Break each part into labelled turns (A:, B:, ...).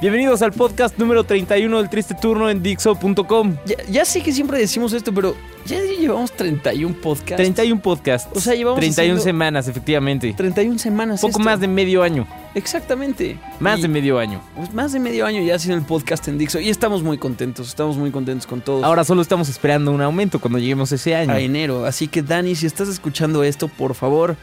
A: Bienvenidos al podcast número 31 del Triste Turno en Dixo.com.
B: Ya, ya sé que siempre decimos esto, pero ya llevamos 31 podcasts.
A: 31 podcasts.
B: O sea, llevamos
A: 31
B: haciendo-
A: semanas, efectivamente.
B: 31 semanas.
A: Poco
B: esto.
A: más de medio año.
B: Exactamente.
A: Más
B: Y,
A: de medio año.
B: pues, más de medio año ya haciendo el podcast en Dixo. Y estamos muy contentos, estamos muy contentos con todos.
A: Ahora solo estamos esperando un aumento cuando lleguemos a ese año.
B: a enero. Así que, Dani, si estás escuchando esto, por favor,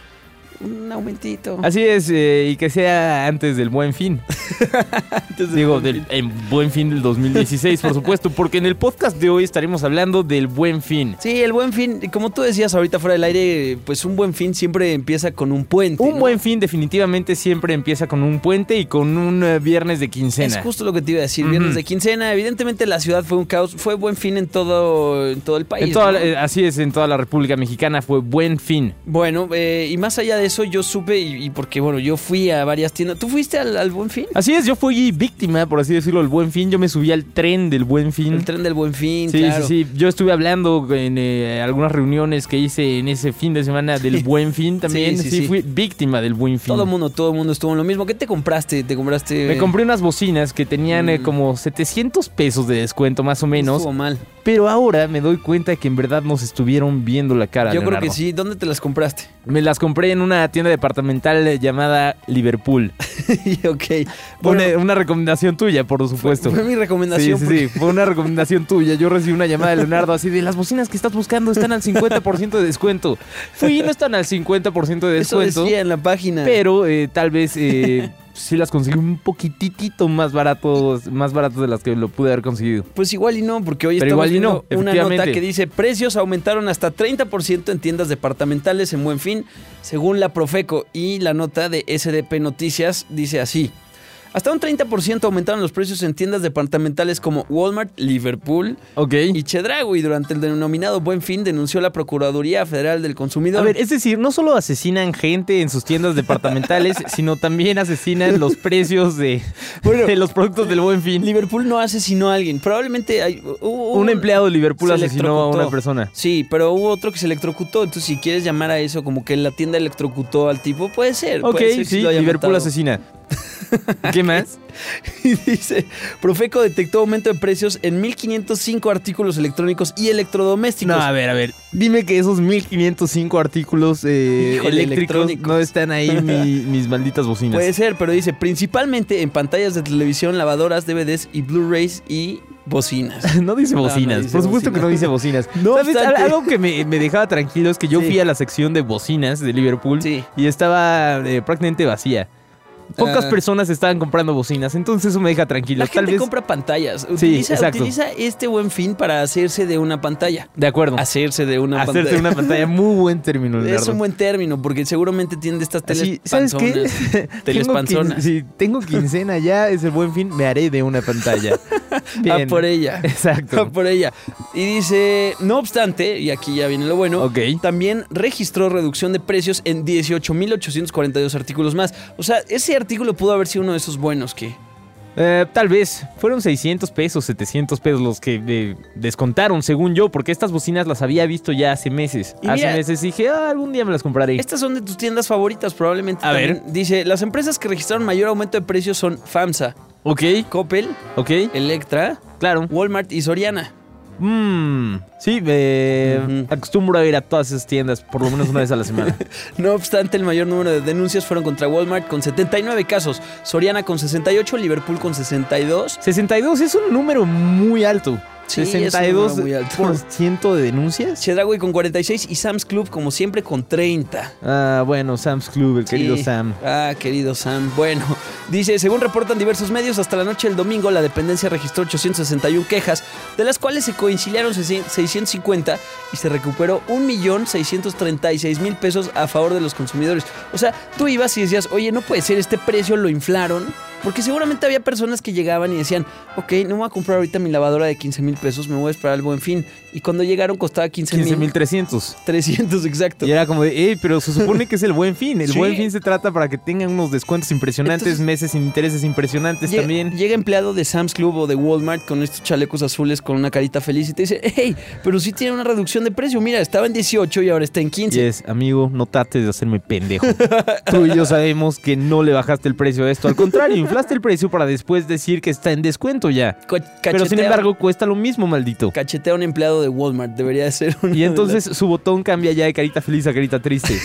B: un aumentito.
A: Así es, eh, y que sea antes del buen fin.
B: Antes de-
A: Digo, del en buen fin del 2016, por supuesto, porque en el podcast de hoy estaremos hablando del buen fin.
B: Sí, el buen fin, como tú decías ahorita fuera del aire, pues un buen fin siempre empieza con un puente.
A: Un
B: ¿no?
A: buen fin definitivamente siempre empieza con un puente y con un eh, viernes de
B: Es
A: quincena.
B: justo lo que te iba a decir. Viernes
A: Ujú.
B: de quincena. Evidentemente la ciudad fue un caos. Fue buen fin en todo, en todo el país.
A: En toda
B: ¿no?
A: la- eh, así es, en toda la República Mexicana fue buen fin.
B: Bueno, eh, y más allá de eso, yo supe, y, y porque, bueno, yo fui a varias tiendas. ¿Tú fuiste al, al Buen Fin?
A: Así es, yo fui víctima, por así decirlo, del buen fin. Yo me subí al tren del buen fin.
B: El tren del Buen Fin,
A: sí,
B: claro.
A: sí, sí. Yo estuve hablando en eh, algunas reuniones que hice en ese fin de semana del buen fin también. Sí,
B: Sí, sí, sí.
A: fui víctima del buen fin.
B: Todo el mundo, todo el mundo estuvo en lo mismo. ¿Qué te compraste? ¿Te compraste...?
A: me compré unas bocinas que tenían eh,
B: Mm.
A: como 700 pesos de descuento más o menos,
B: Estuvo mal.
A: pero ahora me doy cuenta que en verdad nos estuvieron viendo la cara.
B: Yo creo
A: Leonardo.
B: que sí. ¿Dónde te las compraste?
A: Me las compré en una tienda departamental eh, llamada Liverpool.
B: ok.
A: Una-
B: Bueno,
A: una, recomendación tuya, por supuesto.
B: fue mi
A: Sí,
B: recomendación.
A: sí,
B: porque-
A: sí, fue una recomendación tuya. Yo recibí una llamada de Leonardo así de las bocinas que estás buscando están al 50% de descuento. Fui y no están al 50% de
B: Eso
A: descuento,
B: decía en la página.
A: pero eh, tal vez eh, sí las conseguí un poquitito más baratos, más baratos de las que lo pude haber conseguido.
B: Pues igual y no, porque hoy
A: Pero
B: estamos
A: igual y no,
B: viendo una nota
A: efectivamente.
B: que dice precios aumentaron hasta 30% en tiendas departamentales en Buen Fin, según la Profeco. Y la nota de SDP Noticias dice así. Hasta un 30% aumentaron los precios en tiendas departamentales como Walmart, Liverpool
A: Ok.
B: y Chedraui durante el denominado Buen Fin, denunció la Procuraduría Federal del Consumidor.
A: A ver, es decir, no solo asesinan gente en sus tiendas departamentales, sino también asesinan los precios de,
B: Bueno,
A: de los productos del buen fin.
B: Liverpool no asesinó a alguien. Probablemente hay, uh, hubo
A: Un empleado de Liverpool
B: se
A: asesinó a una
B: electrocutó.
A: persona.
B: Sí, pero hubo otro que se electrocutó. Entonces, si quieres llamar a eso como que la tienda electrocutó al tipo, puede ser.
A: Ok,
B: puede ser que
A: sí,
B: lo haya
A: Liverpool
B: matado.
A: asesina. ¿Qué más?
B: Y dice, Profeco detectó aumento de precios en 1.505 artículos electrónicos y electrodomésticos.
A: No, a ver, a ver. Dime que esos 1505 artículos eh,
B: Híjole,
A: eléctricos
B: electrónicos. Pues,
A: no están ahí mi- mis malditas bocinas.
B: puede ser, pero dice, principalmente en pantallas de televisión, lavadoras, DVDs y Blu-rays y bocinas.
A: no dice
B: no
A: bocinas,
B: dice
A: por supuesto que no
B: bocinas.
A: dice bocinas.
B: No
A: ¿Sabes? Al-
B: obstante-
A: Algo que me, me dejaba tranquilo es que yo
B: Sí.
A: fui a la sección de bocinas de Liverpool
B: Sí.
A: y estaba eh, prácticamente vacía. Pocas
B: Ah.
A: personas estaban comprando bocinas, entonces eso me deja tranquilo.
B: La
A: Tal
B: gente
A: vez.
B: compra pantallas. Utiliza,
A: exacto.
B: utiliza este buen fin para hacerse de una pantalla.
A: De acuerdo.
B: Hacerse de una
A: Hacerte
B: pantalla.
A: una pantalla muy buen término,
B: Es
A: Leonardo.
B: un buen término, porque seguramente tiene estas teles
A: Así, ¿Sabes qué?
B: panzonas.
A: Tengo quin-
B: Telespanzonas.
A: Si tengo quincena ya, es el buen fin, me haré de una pantalla.
B: Ah, por ella. Ah,
A: Exacto.
B: por ella. Y dice, no obstante, y aquí ya viene lo bueno,
A: Ok.
B: también registró reducción de precios en 18.842 artículos más. O sea, ese artículo pudo haber sido uno de esos buenos que...
A: Eh, tal vez. Fueron 600 pesos, 700 pesos los que eh, descontaron, según yo, porque estas bocinas las había visto ya hace meses.
B: Y
A: hace
B: mira-
A: meses dije, ah, algún día me las compraré.
B: Estas son de tus tiendas favoritas probablemente.
A: A
B: también. Dice, las empresas que registraron mayor aumento de precios son FAMSA,
A: Ok,
B: Coppel,
A: ok, eh,
B: Electra,
A: claro.
B: Walmart y Soriana.
A: Mm, sí, eh,
B: Ujú.
A: acostumbro a ir a todas esas tiendas por lo menos una vez a la semana.
B: No obstante, el mayor número de denuncias fueron contra Walmart con 79 casos, Soriana con 68, Liverpool con 62.
A: 62 es un número muy alto.
B: Sí, es un número muy alto.
A: por ciento de denuncias.
B: Chedraui con 46 y Sam's Club, como siempre, con 30.
A: Ah, bueno, Sam's Club, el querido
B: Sí.
A: Sam.
B: Ah, querido Sam. Bueno, dice, según reportan diversos medios, hasta la noche del domingo la dependencia registró 861 quejas de las cuales se coincidiaron 650 y se recuperó 1.636.000 pesos a favor de los consumidores. O sea, tú ibas y decías, oye, no puede ser, este precio lo inflaron. Porque seguramente había personas que llegaban y decían, ok, no voy a comprar ahorita mi lavadora de 15 mil pesos, me voy a esperar al buen fin. Y cuando llegaron costaba 15 mil.
A: 15 mil 300.
B: 300, exacto.
A: Y era como de, hey, pero se supone que es el buen fin. El
B: Sí.
A: buen fin se trata para que tengan unos descuentos impresionantes,
B: Entonces-
A: meses sin intereses impresionantes
B: Llega-
A: también.
B: Llega empleado de Sam's Club o de Walmart con estos chalecos azules con una carita feliz y te dice, hey, pero sí tiene una reducción de precio. Mira, estaba en 18 y ahora está en 15.
A: Y es, amigo, no trates de hacerme pendejo. Tú y yo sabemos que no le bajaste el precio a esto. Al contrario, inflaste el precio para después decir que está en descuento ya.
B: Co-
A: Pero sin
B: cachetea-
A: embargo, cuesta lo mismo, maldito.
B: Cachetea a un empleado de Walmart, debería de ser un.
A: Y entonces su botón cambia ya de carita feliz a carita triste.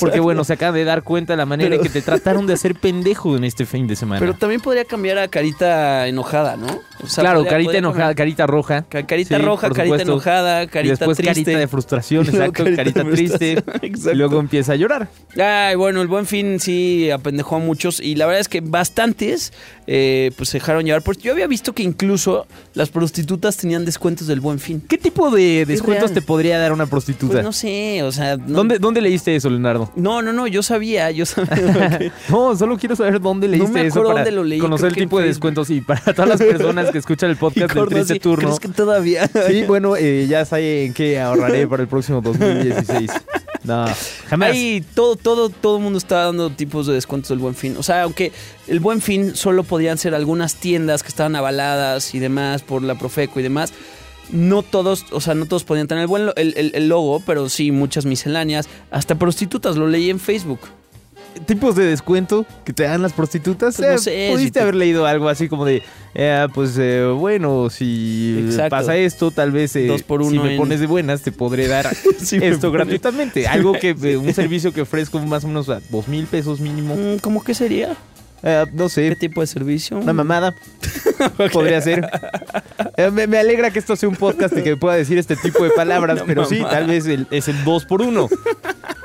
A: Porque bueno, se acaba de dar cuenta de la manera en
B: Pero-
A: que te trataron de hacer pendejo en este fin de semana.
B: Pero también podría cambiar a carita enojada, ¿no? O sea,
A: claro,
B: podría-
A: carita
B: podría
A: enojada, carita roja.
B: cambiar- Ca- Carita
A: Sí,
B: roja,
A: por
B: carita
A: supuesto.
B: enojada,
A: y
B: carita
A: después
B: triste.
A: carita de frustración,
B: Luego
A: exacto,
B: carita
A: carita,
B: de
A: triste.
B: frustración, exacto.
A: Y luego empieza a llorar.
B: Ay, bueno, el buen fin sí apendejó a muchos y la verdad es que bastantes eh, pues se dejaron llevar. Pues yo había visto que incluso las prostitutas tenían descuentos del buen fin.
A: ¿Qué tipo de descuentos
B: real.
A: te podría dar una prostituta?
B: Pues no sé, o sea... No,
A: ¿Dónde, ¿Dónde leíste eso, Leonardo?
B: No, no, no, yo sabía, yo sabía. que-
A: No, solo quiero saber dónde
B: me
A: leíste eso
B: acuerdo
A: para
B: dónde lo leí, creo
A: conocer el
B: que en
A: tipo de
B: Facebook.
A: descuentos y para todas las personas que escuchan el
B: y
A: podcast del
B: Corno
A: triste
B: así,
A: turno.
B: ¿Crees que todavía?
A: Sí, bueno, eh, ya sé en qué ahorraré para el próximo 2016. No, jamás.
B: Ahí todo, todo, todo el mundo está dando tipos de descuentos del buen fin. O sea, aunque el buen fin solo podían ser algunas tiendas que estaban avaladas y demás por la Profeco y demás. No todos, o sea, no todos podían tener el, buen lo- el, el- el logo, pero sí muchas misceláneas. Hasta prostitutas, lo leí en Facebook.
A: tipos de descuento que te dan las prostitutas.
B: Pues no
A: Eh,
B: sé,
A: Pudiste
B: si te-
A: haber leído algo así como de, eh, pues eh, bueno, si
B: Exacto.
A: pasa esto, tal vez eh,
B: Dos por
A: si
B: uno
A: me
B: en-
A: pones de buenas te podré dar
B: Sí, me
A: esto
B: pone-
A: gratuitamente. Algo que, eh, un servicio que ofrezco más o menos a dos mil pesos mínimo.
B: Mm, ¿Cómo que sería?
A: Eh, no
B: ¿Qué
A: sé,
B: tipo de servicio?
A: una mamada. Podría ser. Eh, me, me alegra que esto sea un podcast y que pueda decir este tipo de palabras,
B: Una
A: pero sí,
B: mamada.
A: tal vez el- es el 2 por 1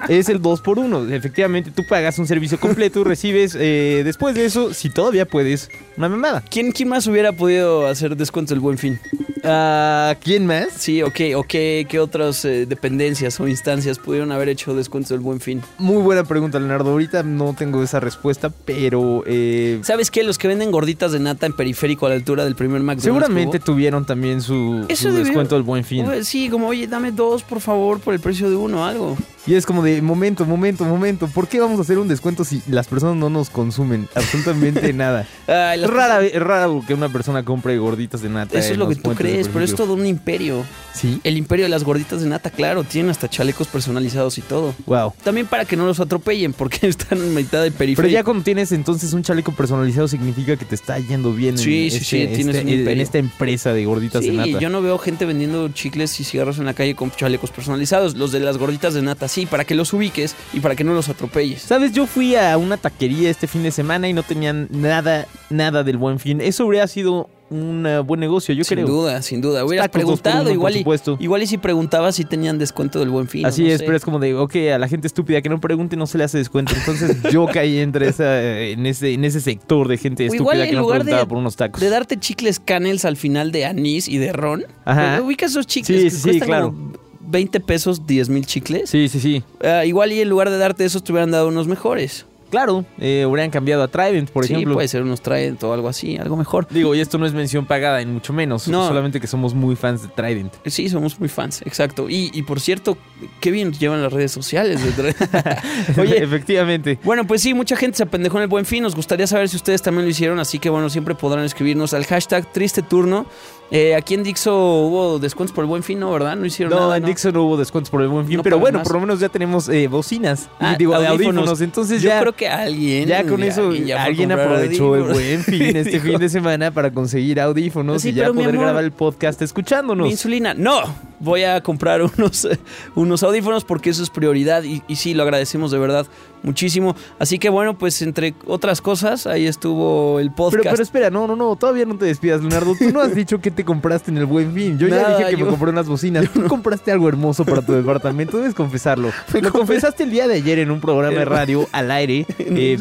A: Es el 2 por 1 Efectivamente, tú pagas un servicio completo y recibes, eh, después de eso, si todavía puedes, una mamada.
B: ¿Quién, ¿Quién más hubiera podido hacer descuentos del buen fin?
A: Ah, ¿Quién más?
B: Sí, ok, ok. ¿Qué otras eh, dependencias o instancias pudieron haber hecho descuentos del buen fin?
A: Muy buena pregunta, Leonardo. Ahorita no tengo esa respuesta, pero eh,
B: ¿Sabes qué? Los que venden gorditas de nata en periférico a la altura del primer McDonald's.
A: seguramente tuvieron también su, su
B: Eso debió-
A: descuento del buen
B: que hubo.
A: fin.
B: Oye, Sí, como, oye, dame dos, por favor, por el precio de uno, algo.
A: Y es como de, momento, momento, momento, ¿por qué vamos a hacer un descuento si las personas no nos consumen absolutamente nada?
B: Ay, las-
A: Es rara, es raro que una persona compre gorditas de nata.
B: Eso
A: en
B: es lo que
A: los
B: tú
A: puentes de
B: crees, pero es
A: periférico.
B: todo un imperio.
A: Sí.
B: El imperio de las gorditas de nata, claro, tienen hasta chalecos personalizados y todo.
A: Wow.
B: También para que no los atropellen, porque están en mitad del
A: Pero ya
B: periférico.
A: cuando tienes entonces un chaleco personalizado significa que te está yendo bien
B: Sí,
A: en,
B: sí,
A: este-
B: sí, tienes
A: este-
B: un imperio.
A: en esta empresa de gorditas de
B: Sí,
A: nata.
B: yo no veo gente vendiendo chicles y cigarros en la calle con chalecos personalizados. Los de las gorditas de nata, sí, para que los ubiques y para que no los atropelles.
A: Sabes, yo fui a una taquería este fin de semana y no tenían nada, nada del buen fin. Eso hubiera sido un eh, buen negocio, yo
B: sin
A: creo.
B: duda, sin duda. Hubieras
A: Tacos dos por
B: preguntado
A: uno, por
B: igual y,
A: supuesto.
B: Igual y si preguntabas si tenían descuento del buen fin.
A: Así
B: no
A: es,
B: sé.
A: pero es como de, ok, a la gente estúpida que no pregunte no se le hace descuento. Entonces yo caí entre esa, eh, en, ese, en ese sector de gente
B: O
A: estúpida
B: Pues igual
A: que
B: en
A: no
B: lugar
A: preguntaba
B: de,
A: por unos tacos.
B: de darte chicles canels al final de anís y de ron.
A: Ajá.
B: Ajá. Ubicas esos chicles
A: Sí,
B: que
A: sí, sí,
B: cuestan
A: claro.
B: como 20 pesos, 10 mil chicles.
A: Sí, sí, sí.
B: Ah, igual y en lugar de darte esos te hubieran dado unos mejores.
A: Claro, eh, hubieran cambiado a Trident, por
B: sí, pues.
A: ejemplo.
B: puede ser unos Trident o algo así, algo mejor.
A: Digo, y esto no es mención pagada, en mucho menos.
B: No.
A: Solamente que somos muy fans de Trident.
B: Sí, somos muy fans, exacto. Y, y por cierto, qué bien llevan las redes sociales. de Trident. Oye,
A: efectivamente.
B: Bueno, pues sí, mucha gente se apendejó en el buen fin. Nos gustaría saber si ustedes también lo hicieron. Así que bueno, siempre podrán escribirnos al hashtag Triste Turno. Eh, aquí en Dixo hubo descuentos por el buen fin, ¿no? ¿Verdad? No hicieron
A: No,
B: nada.
A: en
B: ¿no?
A: Dixon no hubo descuentos por el buen fin,
B: No
A: pero
B: pagan
A: bueno,
B: más.
A: por lo menos ya tenemos eh, bocinas.
B: Ah,
A: digo, de
B: audífonos.
A: audífonos. Entonces
B: Yo
A: ya,
B: creo que alguien.
A: ya con eso
B: alguien ya fue a
A: alguien
B: comprar
A: aprovechó el
B: audífonos.
A: buen fin este
B: Dijo,
A: fin de semana para conseguir audífonos
B: Sí,
A: y ya
B: pero, mi
A: poder
B: amor,
A: grabar el podcast
B: "Mi
A: escuchándonos.
B: insulina. No, voy a comprar unos, unos audífonos porque eso es prioridad y, y sí, lo agradecemos de verdad muchísimo. Así que bueno, pues entre otras cosas, ahí estuvo el podcast.
A: Pero, pero espera, no, no, no, todavía no te despidas, Leonardo. Tú no has dicho que te compraste en el buen fin. Yo ya
B: Nada,
A: dije que
B: yo-
A: me compré unas bocinas. Tú compraste algo hermoso para tu departamento, debes confesarlo. Lo confesaste el día de ayer en un programa de radio al aire. Eh,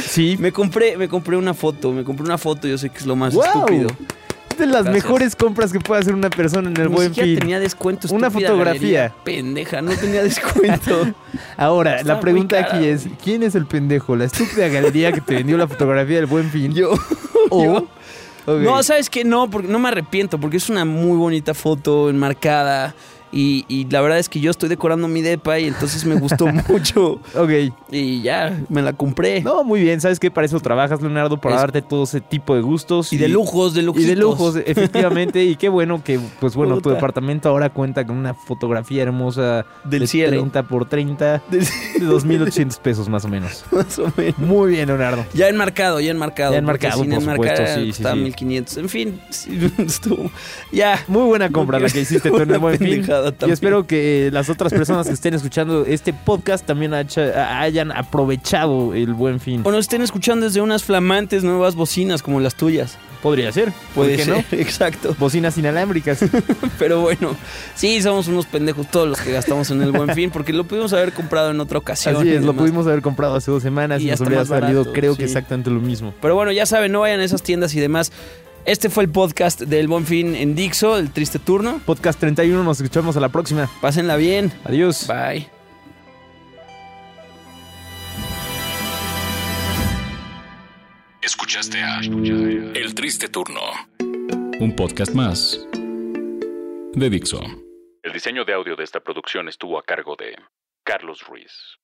A: sí,
B: Me compré, me compré una foto, me compré una foto, yo sé que es lo más
A: ¡Guau!
B: estúpido.
A: Hiciste las
B: Gracias.
A: mejores compras que puede hacer una persona en el
B: Ni
A: buen
B: siquiera
A: fin.
B: tenía descuento.
A: Una
B: estúpida
A: fotografía.
B: galería, pendeja, no tenía descuento.
A: Ahora,
B: Está
A: la pregunta
B: muy cara,
A: aquí es: ¿quién es el pendejo? ¿La estúpida galería que te vendió la fotografía del buen fin?
B: Yo.
A: O-
B: yo.
A: Ok.
B: No, sabes que no, porque no me arrepiento, porque es una muy bonita foto enmarcada. Y, y la verdad es que yo estoy decorando mi depa y entonces me gustó mucho.
A: Ok.
B: Y ya, me la compré.
A: No, muy bien. ¿Sabes qué? Para eso trabajas, Leonardo, para
B: Es-
A: darte todo ese tipo de gustos.
B: Y de lujos, de lujos.
A: Y de lujos, efectivamente. y qué bueno que, pues bueno, tu
B: Puta.
A: departamento ahora cuenta con una fotografía hermosa
B: Del
A: de
B: cielo.
A: 30 por 30
B: Del-
A: de 2.800 pesos más o menos.
B: Más o menos.
A: Muy bien, Leonardo.
B: Ya enmarcado, ya enmarcado.
A: Ya
B: porque
A: enmarcado,
B: sin
A: por
B: enmarcar
A: supuesto, sí, sí,
B: costaba
A: sí.
B: 1500. En fin, sí, estuvo. Ya.
A: Muy buena compra
B: No
A: la que
B: quiero-
A: hiciste tú en
B: una
A: el buen fin.
B: pendejada
A: Y
B: también.
A: espero que las otras personas que estén escuchando este podcast también hacha- hayan aprovechado el buen fin.
B: O nos estén escuchando desde unas flamantes nuevas bocinas como las tuyas.
A: Podría ser, puede que no.
B: Exacto.
A: Bocinas inalámbricas.
B: Pero bueno, sí, somos unos pendejos todos los que gastamos en el buen fin porque lo pudimos haber comprado en otra ocasión.
A: Así
B: y
A: es, lo
B: demás.
A: pudimos haber comprado hace dos semanas y
B: Y
A: nos
B: hasta
A: hubiera
B: más barato,
A: salido, creo que
B: sí.
A: exactamente lo mismo.
B: Pero bueno, ya saben, no vayan a esas tiendas y demás. Este fue el podcast del Buen Fin en Dixo, el triste turno.
A: Podcast 31, nos escuchamos a la próxima.
B: Pásenla bien.
A: Adiós.
B: Bye.
C: Escuchaste a El Triste Turno. Un podcast más de Dixo. El diseño de audio de esta producción estuvo a cargo de Carlos Ruiz.